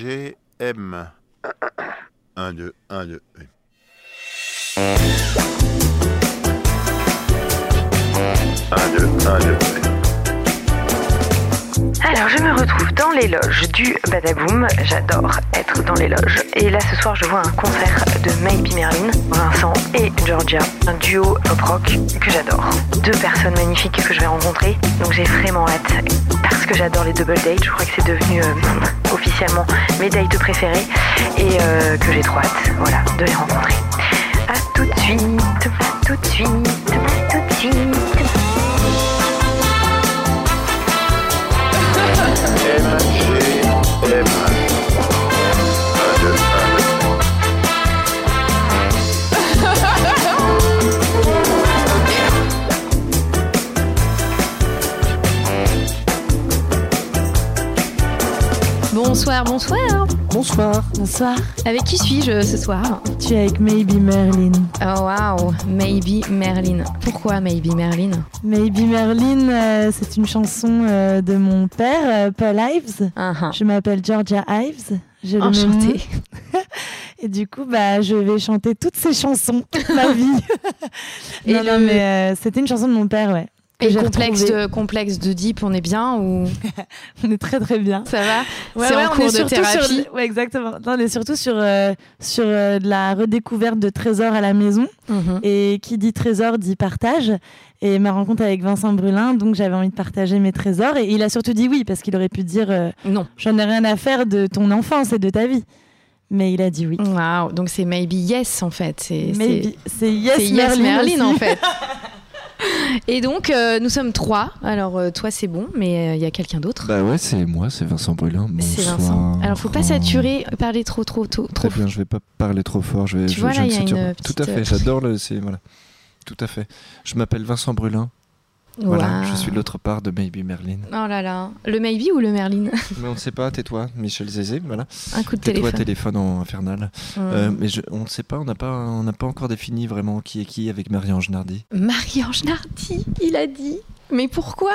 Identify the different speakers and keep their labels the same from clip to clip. Speaker 1: MGM. 1, 2, 1, 2.
Speaker 2: Alors, je me retrouve dans les loges du Badaboom. J'adore être dans les loges. Et là, ce soir, je vois un concert de Maybe Merlin, Vincent et Georgia. Un duo pop rock que j'adore. Deux personnes magnifiques que je vais rencontrer. Donc, j'ai vraiment hâte. Parce que j'adore les double dates. Je crois que c'est devenu euh, officiellement mes dates préférées. Et euh, que j'ai trop hâte, voilà, de les rencontrer. À tout de suite. À tout de suite. À tout de suite.
Speaker 1: MGM.
Speaker 3: Bonsoir, bonsoir.
Speaker 4: Bonsoir,
Speaker 3: Bonsoir. Avec qui suis-je ce soir
Speaker 4: tu es avec Maybe Merlin.
Speaker 3: Oh waouh, Maybe Merlin. Pourquoi Maybe Merlin
Speaker 4: Maybe Merlin, euh, c'est une chanson euh, de mon père, euh, Paul Ives.
Speaker 3: Ah, ah.
Speaker 4: Je m'appelle Georgia Ives. Je le nomme.
Speaker 3: Enchantée.
Speaker 4: Et du coup, bah, je vais chanter toutes ces chansons toute ma vie.
Speaker 3: Et
Speaker 4: non, non,
Speaker 3: le-
Speaker 4: mais euh, c'était une chanson de mon père, ouais. que
Speaker 3: Et
Speaker 4: j'ai
Speaker 3: complexe
Speaker 4: retrouvée.
Speaker 3: de, complexe de Deep, on est bien ou
Speaker 4: On est très très bien.
Speaker 3: ça va
Speaker 4: Ouais,
Speaker 3: C'est
Speaker 4: ouais,
Speaker 3: en
Speaker 4: on
Speaker 3: cours
Speaker 4: est
Speaker 3: de
Speaker 4: surtout
Speaker 3: thérapie.
Speaker 4: sur le- ouais, exactement. Non, on est surtout sur, euh, sur euh, de la redécouverte de trésors à la maison.
Speaker 3: Mhm.
Speaker 4: Et qui dit trésor dit partage. Et ma rencontre avec Vincent Brulin, donc j'avais envie de partager mes trésors. Et il a surtout dit oui, parce qu'il aurait pu dire euh,
Speaker 3: Non.
Speaker 4: J'en ai rien à faire de ton enfance et de ta vie. Mais il a dit oui.
Speaker 3: Waouh, donc c'est Maybe Yes en fait. C'est c'est-
Speaker 4: Maybe. C'est Yes,
Speaker 3: c'est Yes
Speaker 4: Merlin.
Speaker 3: Merlin en
Speaker 4: aussi.
Speaker 3: fait. Et donc euh, nous sommes trois. Alors euh, toi c'est bon, mais euh, il y a quelqu'un d'autre.
Speaker 5: Bah ouais, c'est moi, c'est Vincent Brulin.
Speaker 3: c'est
Speaker 5: Bonsoir.
Speaker 3: Vincent. Alors faut pas
Speaker 5: Oh.
Speaker 3: saturer, parler trop trop tôt. Trop
Speaker 5: Très bien, je vais pas parler trop fort. Je vais,
Speaker 3: Tu
Speaker 5: je,
Speaker 3: vois,
Speaker 5: je
Speaker 3: là,
Speaker 5: ne
Speaker 3: il y a
Speaker 5: sature
Speaker 3: une
Speaker 5: pas. Tout à
Speaker 3: petite- euh,
Speaker 5: fait, j'adore le. c'est- Voilà. Tout à fait. Je m'appelle Vincent Brulin. Voilà,
Speaker 3: Waouh.
Speaker 5: je suis de l'autre part de Maybe Merlin.
Speaker 3: Oh là là, le Maybe ou le Merlin
Speaker 5: Mais on ne sait pas, tais-toi, Michel Zézé, voilà.
Speaker 3: Un coup de
Speaker 5: Tais-toi,
Speaker 3: téléphone.
Speaker 5: téléphone en infernal.
Speaker 3: Hum.
Speaker 5: Euh, mais je- on ne sait pas, on n'a pas, on n'a pas encore défini vraiment qui est qui avec Marie-Ange Nardi.
Speaker 3: Marie-Ange Nardi, il a dit. Mais pourquoi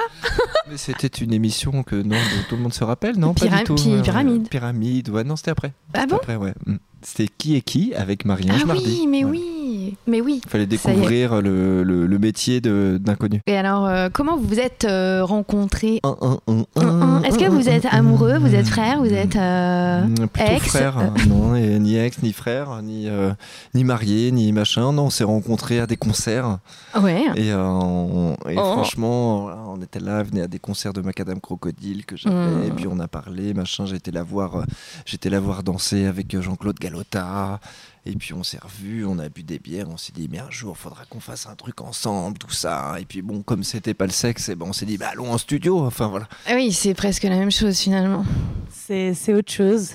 Speaker 5: Mais c'était une émission que non, dont tout le monde se rappelle, non Pas
Speaker 3: Pyra-
Speaker 5: du tout.
Speaker 3: pi-
Speaker 5: ouais, ouais.
Speaker 3: pyramide.
Speaker 5: Pyramide, ouais, non, c'était après.
Speaker 3: Ah bon
Speaker 5: Après, ouais. Mm. C'était qui est qui avec Marie-Ange
Speaker 3: Ah
Speaker 5: Nardi.
Speaker 3: oui, mais
Speaker 5: Ouais.
Speaker 3: oui, mais oui.
Speaker 5: fallait
Speaker 3: Ça y est.
Speaker 5: découvrir le, le- le métier de- d'inconnu.
Speaker 3: Et alors, euh, comment vous vous êtes euh, rencontrés
Speaker 5: Un, un, un,
Speaker 3: Un, un.
Speaker 5: un,
Speaker 3: Est-ce que
Speaker 5: un,
Speaker 3: vous
Speaker 5: un,
Speaker 3: êtes
Speaker 5: un,
Speaker 3: amoureux,
Speaker 5: un,
Speaker 3: vous êtes
Speaker 5: un,
Speaker 3: frère, vous êtes... euh,
Speaker 5: Mm, Plutôt
Speaker 3: ex,
Speaker 5: frère,
Speaker 3: euh.
Speaker 5: hein. non, et ni ex, ni frère, ni, euh, ni marié, ni machin. Non, on s'est rencontrés à des concerts.
Speaker 3: Ouais.
Speaker 5: Et, euh, on- et
Speaker 3: Oh.
Speaker 5: franchement, voilà, on était là, venait à des concerts de Macadam Crocodile que j'avais.
Speaker 3: Mm.
Speaker 5: Et puis on a parlé, machin. J'ai été la voir, euh, j'étais la voir danser avec euh, Jean-Claude Galota. Et puis on s'est revus, on a bu des bières, on s'est dit mais un jour faudra qu'on fasse un truc ensemble, tout ça. hein. Et puis bon, comme c'était pas le sexe, et ben on s'est dit bah allons en studio. Enfin voilà.
Speaker 3: Ah Oui, c'est presque la même chose finalement.
Speaker 4: C'est c'est autre chose.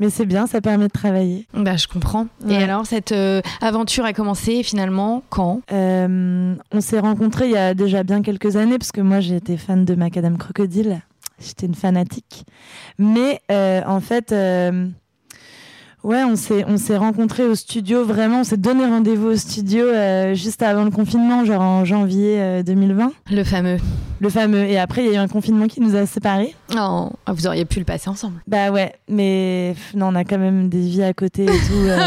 Speaker 4: Mais c'est bien, ça permet de travailler.
Speaker 3: Bah, je comprends. Et
Speaker 4: Ouais.
Speaker 3: alors, cette euh, aventure a commencé finalement quand
Speaker 4: Euh, on s'est rencontrés il y a déjà bien quelques années, parce que moi j'étais fan de Macadam Crocodile. J'étais une fanatique. Mais euh, en fait, euh, ouais, on s'est, on s'est rencontrés au studio, vraiment, on s'est donné rendez-vous au studio euh, juste avant le confinement, genre en janvier euh, 2020,
Speaker 3: Le fameux.
Speaker 4: le fameux. Et après, il y a eu un confinement qui nous a séparés.
Speaker 3: Oh, ah, vous auriez pu le passer ensemble.
Speaker 4: Bah ouais, mais pff, non, on a quand même des vies à côté et tout. euh,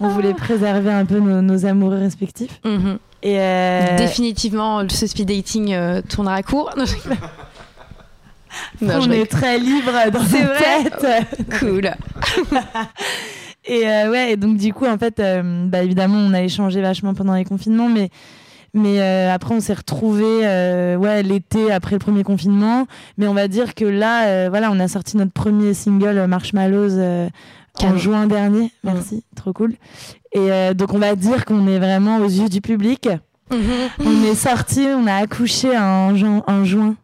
Speaker 4: on voulait préserver un peu nos, nos amoureux respectifs.
Speaker 3: Mhm.
Speaker 4: Et euh,
Speaker 3: Définitivement, ce speed dating euh, tournera court. Non, je rigole. Non, je
Speaker 4: on est
Speaker 3: rigole.
Speaker 4: très libre dans
Speaker 3: C'est
Speaker 4: nos
Speaker 3: vrai
Speaker 4: têtes.
Speaker 3: Cool.
Speaker 4: Et euh, ouais, et donc du coup, en fait, euh, bah, évidemment, on a échangé vachement pendant les confinements, mais, mais euh, après, on s'est retrouvés euh, ouais, l'été après le premier confinement. Mais on va dire que là, euh, voilà, on a sorti notre premier single euh, Marshmallows euh, en
Speaker 3: Carrément.
Speaker 4: juin dernier. Merci, trop cool. Et euh, donc, on va dire qu'on est vraiment aux yeux du public.
Speaker 3: Mhm.
Speaker 4: On est sorti, on a accouché en, jan- en juin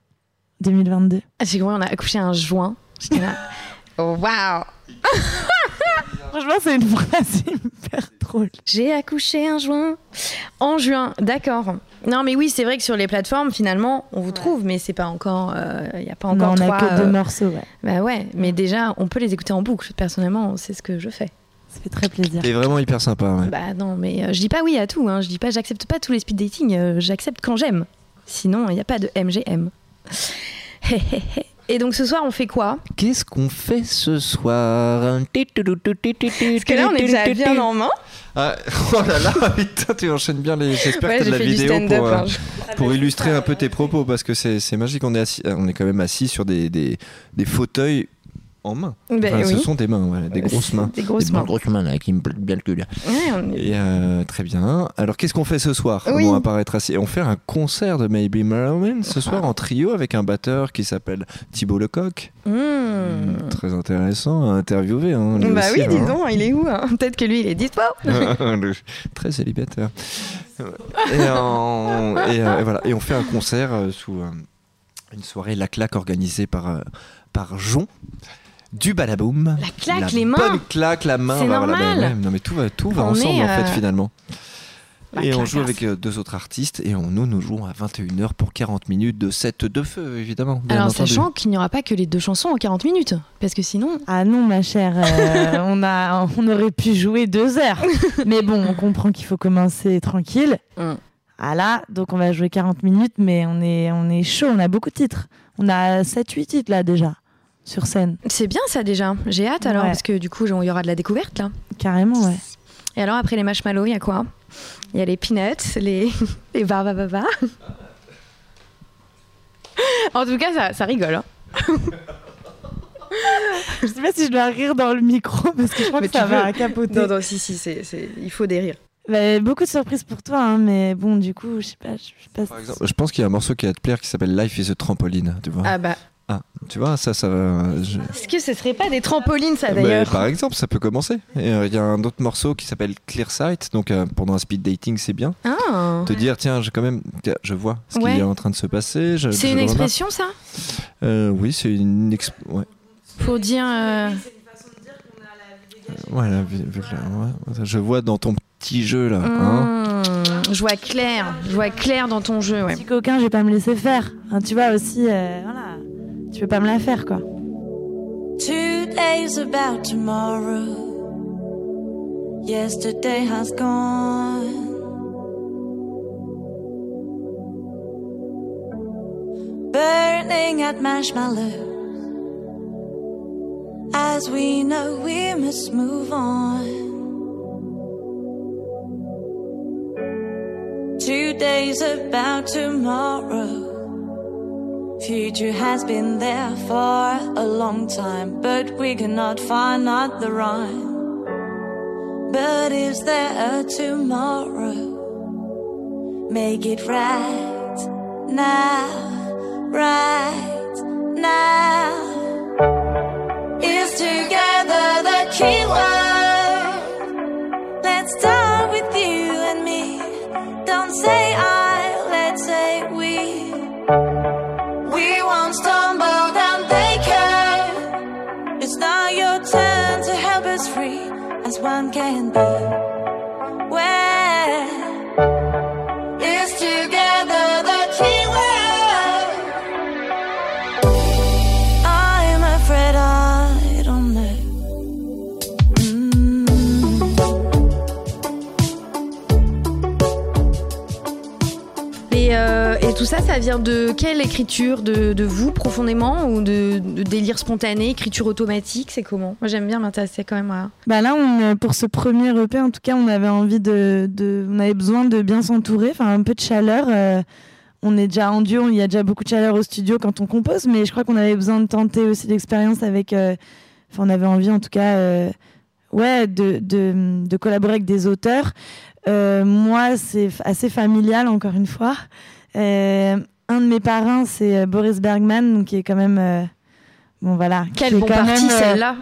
Speaker 4: 2022.
Speaker 3: J'ai compris, Ah, on a accouché un juin. J'étais là. Oh, Waouh!
Speaker 4: Franchement, c'est une phrase hyper drôle.
Speaker 3: J'ai accouché un juin. En juin, d'accord. Non, mais oui, c'est vrai que sur les plateformes, finalement, on vous trouve, mais c'est pas encore. euh, Il n'y a pas encore
Speaker 4: Non, on
Speaker 3: trois.
Speaker 4: a que
Speaker 3: euh,
Speaker 4: deux morceaux, ouais.
Speaker 3: Bah ouais, mais déjà, on peut les écouter en boucle. Personnellement, c'est ce que je fais.
Speaker 4: Ça fait très plaisir.
Speaker 5: T'es vraiment hyper sympa. ouais.
Speaker 3: Bah non, mais euh, je dis pas oui à tout. Hein. Je dis pas j'accepte pas tous les speed dating. euh, J'accepte quand j'aime. Sinon, il n'y a pas de MGM. Hé, hé, hé. Et donc ce soir, on fait quoi
Speaker 5: Qu'est-ce qu'on fait ce soir Parce
Speaker 3: Parce que là, on est déjà bien en main.
Speaker 5: Ah, oh là là, putain, tu enchaînes bien les. J'espère
Speaker 3: Ouais,
Speaker 5: que t'as de
Speaker 3: j'ai
Speaker 5: la
Speaker 3: fait du
Speaker 5: vidéo
Speaker 3: stand-up.
Speaker 5: pour, euh,
Speaker 3: hein.
Speaker 5: pour illustrer un peu tes propos parce que c'est c'est magique. On est, assis, on est quand même assis sur des, des, des fauteuils en main.
Speaker 3: Ben
Speaker 5: Enfin, Ce
Speaker 3: oui.
Speaker 5: sont des mains, voilà, des grosses mains.
Speaker 3: Des grosses
Speaker 5: des
Speaker 3: mains.
Speaker 5: grosses mains là, qui me plaisent bien le cul là.
Speaker 3: Ouais, on est-
Speaker 5: Et euh, très bien. Alors qu'est-ce qu'on fait ce soir
Speaker 3: Oui.
Speaker 5: On va paraître assis. On fait un concert de Maybe Marilyn ce soir en trio avec un batteur qui s'appelle Thibaut Lecoq.
Speaker 3: Hmm.
Speaker 5: Très intéressant à interviewer. hein, lui
Speaker 3: Bah
Speaker 5: aussi,
Speaker 3: oui,
Speaker 5: hein.
Speaker 3: dis donc, il est où hein Peut-être que lui, il est dispo.
Speaker 5: Le- très célibataire. Et, euh, on, et, euh, et voilà. Et on fait un concert euh, sous euh, une soirée La Claque organisée par, euh, par Jon. Du balaboum.
Speaker 3: La claque, les mains.
Speaker 5: Bonne claque, la main.
Speaker 3: C'est
Speaker 5: bah voilà,
Speaker 3: normal.
Speaker 5: bah ouais, non mais tout va, tout va
Speaker 3: On
Speaker 5: ensemble
Speaker 3: est,
Speaker 5: en fait
Speaker 3: euh,
Speaker 5: finalement.
Speaker 3: la
Speaker 5: et on
Speaker 3: claque,
Speaker 5: joue
Speaker 3: hein.
Speaker 5: avec euh, deux autres artistes et on, nous nous jouons à 21h pour 40 minutes de set de feu évidemment. bien
Speaker 3: Alors,
Speaker 5: entendu.
Speaker 3: sachant qu'il n'y aura pas que les deux chansons en 40 minutes. Parce que sinon,
Speaker 4: Ah non, ma chère, euh, on, a, on aurait pu jouer deux heures. mais bon, on comprend qu'il faut commencer tranquille.
Speaker 3: Mm.
Speaker 4: Ah là, donc on va jouer 40 minutes, mais on est, on est chaud, on a beaucoup de titres. On a 7-8 titres là déjà, sur scène.
Speaker 3: c'est bien ça déjà. J'ai hâte alors,
Speaker 4: Ouais.
Speaker 3: parce que du coup, il y aura de la découverte là.
Speaker 4: Carrément, ouais.
Speaker 3: Et alors, après les marshmallows, il y a quoi Il y a les peanuts, les, les barbababa. En tout cas, ça, ça rigole. hein.
Speaker 4: Je sais pas si je dois rire dans le micro parce que je crois
Speaker 3: Mais
Speaker 4: que ça
Speaker 3: tu
Speaker 4: va
Speaker 3: peux.
Speaker 4: capoter.
Speaker 3: Non, non, si, si, c'est, c'est- il faut des rires.
Speaker 4: Bah, beaucoup de surprises pour toi, hein, mais bon, du coup, je sais pas. Je sais pas
Speaker 5: Par exemple, je pense qu'il y a un morceau qui va te plaire qui s'appelle Life is a Trampoline. Tu vois,
Speaker 3: Ah bah,
Speaker 5: tu vois ça, ça va. je-
Speaker 3: est-ce que ce serait pas des trampolines, ça,
Speaker 5: Mais
Speaker 3: Ah, d'ailleurs
Speaker 5: par exemple, ça peut commencer. Et, euh, Il y a un autre morceau qui s'appelle Clear Sight. Donc euh, pendant un speed dating, c'est bien.
Speaker 3: Ah.
Speaker 5: Te dire, tiens, je, quand même, tiens, je vois ce
Speaker 3: Ouais.
Speaker 5: qui est en train de se passer. je- je
Speaker 3: C'est une
Speaker 5: le remarque.
Speaker 3: expression, ça
Speaker 5: Euh, Oui, c'est une exp- ouais.
Speaker 3: Pour dire... euh,
Speaker 5: Voilà, vu- vu que là, ouais. Je vois dans ton petit jeu là.
Speaker 3: Mm.
Speaker 5: hein.
Speaker 3: hmm, Je vois clair, je vois clair dans ton jeu, ouais.
Speaker 4: Petit coquin, je vais pas me laisser faire. Hein, tu vois aussi, euh, voilà, tu peux pas me la faire, quoi.
Speaker 6: Two days about tomorrow. Yesterday has gone. Burning at marshmallows. As we know, we must move on. Two days about tomorrow. Future has been there for a long time, but we cannot find out the rhyme. But is there a tomorrow? Make it right now, right now. Is together the key word? Let's start with you and me. Don't say I, let's say we. We won't stumble down they curve. It's now your turn to help us free as one can be. Where is together the key word? I'm afraid I don't know. Mm.
Speaker 3: Et, euh, et tout ça, ça vient de quelle écriture de, de vous profondément ou de, de délire spontané, écriture automatique, c'est comment Moi j'aime bien m'intéresser quand même à...
Speaker 4: Bah là, on, euh, pour ce premier EP, en tout cas, on avait envie de, de- on avait besoin de bien s'entourer, enfin un peu de chaleur. euh, on est déjà en duo, il y a déjà beaucoup de chaleur au studio quand on compose, mais je crois qu'on avait besoin de tenter aussi l'expérience avec. euh, Enfin, on avait envie, en tout cas, euh, ouais, de, de, de collaborer avec des auteurs. Euh, moi, c'est f- assez familial, encore une fois. Euh, un de mes parrains, c'est euh, Boris Bergman, donc qui est quand même. euh, bon, voilà. qui
Speaker 3: Quel
Speaker 4: est
Speaker 3: bon
Speaker 4: quand
Speaker 3: parti
Speaker 4: même, euh,
Speaker 3: celle-là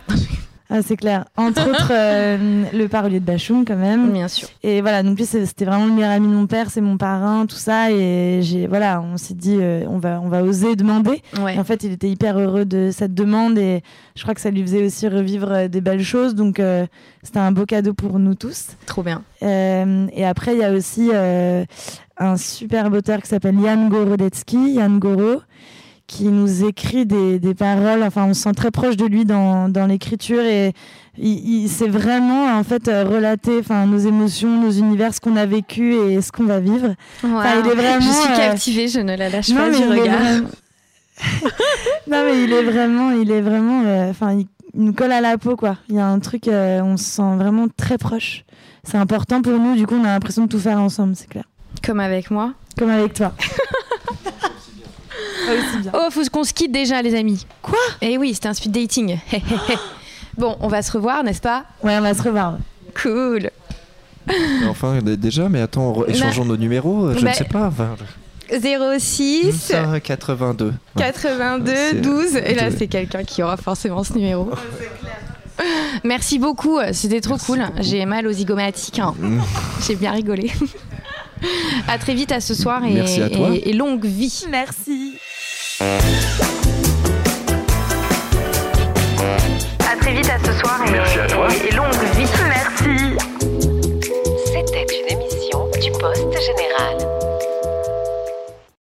Speaker 4: ah, c'est clair. Entre autres, euh, le parolier de Bachoum, quand même.
Speaker 3: Mmh, Bien sûr.
Speaker 4: Et voilà, donc lui, c'est- c'était vraiment le meilleur ami de mon père, c'est mon parrain, tout ça. Et j'ai, voilà, on s'est dit, euh, on, va, on va oser demander.
Speaker 3: Ouais.
Speaker 4: Et en fait, il était hyper heureux de cette demande et je crois que ça lui faisait aussi revivre euh, des belles choses. Donc, euh, c'était un beau cadeau pour nous tous.
Speaker 3: Trop bien.
Speaker 4: Euh, et après, il y a aussi euh, un superbe auteur qui s'appelle Yann Gorodetsky, Yann Goro, qui nous écrit des, des paroles. Enfin, on se sent très proche de lui dans, dans l'écriture et il, il sait vraiment en fait euh, relater enfin, nos émotions, nos univers, ce qu'on a vécu et ce qu'on va vivre.
Speaker 3: Waouh.
Speaker 4: il est vraiment,
Speaker 3: je suis
Speaker 4: euh,
Speaker 3: captivée, je ne la lâche pas
Speaker 4: mais
Speaker 3: du
Speaker 4: il est
Speaker 3: regard.
Speaker 4: vraiment- non, mais il est vraiment, il est vraiment, euh, enfin, il nous colle à la peau, quoi. Il y a un truc, euh, on se sent vraiment très proche. C'est important pour nous, du coup, on a l'impression de tout faire ensemble, c'est clair.
Speaker 3: Comme avec moi.
Speaker 4: Comme avec toi. Pas aussi bien.
Speaker 3: Oh, faut qu'on se quitte déjà, les amis. Quoi Eh oui, c'était un speed dating. bon, on va se revoir, n'est-ce pas
Speaker 4: Ouais, on va se revoir.
Speaker 3: Cool.
Speaker 5: Mais Enfin, d- déjà, mais attends, re- échangeons nos numéros, euh, je
Speaker 3: Bah,
Speaker 5: ne sais pas. Enfin,
Speaker 3: 06
Speaker 5: 5, 82. Ouais. Ah,
Speaker 3: 82
Speaker 5: C'est-
Speaker 3: 12. Et là,
Speaker 5: de-
Speaker 3: c'est quelqu'un qui aura forcément ce numéro. Merci beaucoup, euh, c'était trop cool. J'ai mal aux zygomatiques. hein.
Speaker 5: Mm.
Speaker 3: J'ai bien rigolé. à très vite, à ce soir et,
Speaker 5: Merci à toi.
Speaker 3: et- et longue vie.
Speaker 4: Merci.
Speaker 2: À très vite à ce soir et,
Speaker 7: Merci à toi.
Speaker 2: et longue vie. Merci.
Speaker 8: C'était une émission du Poste Général.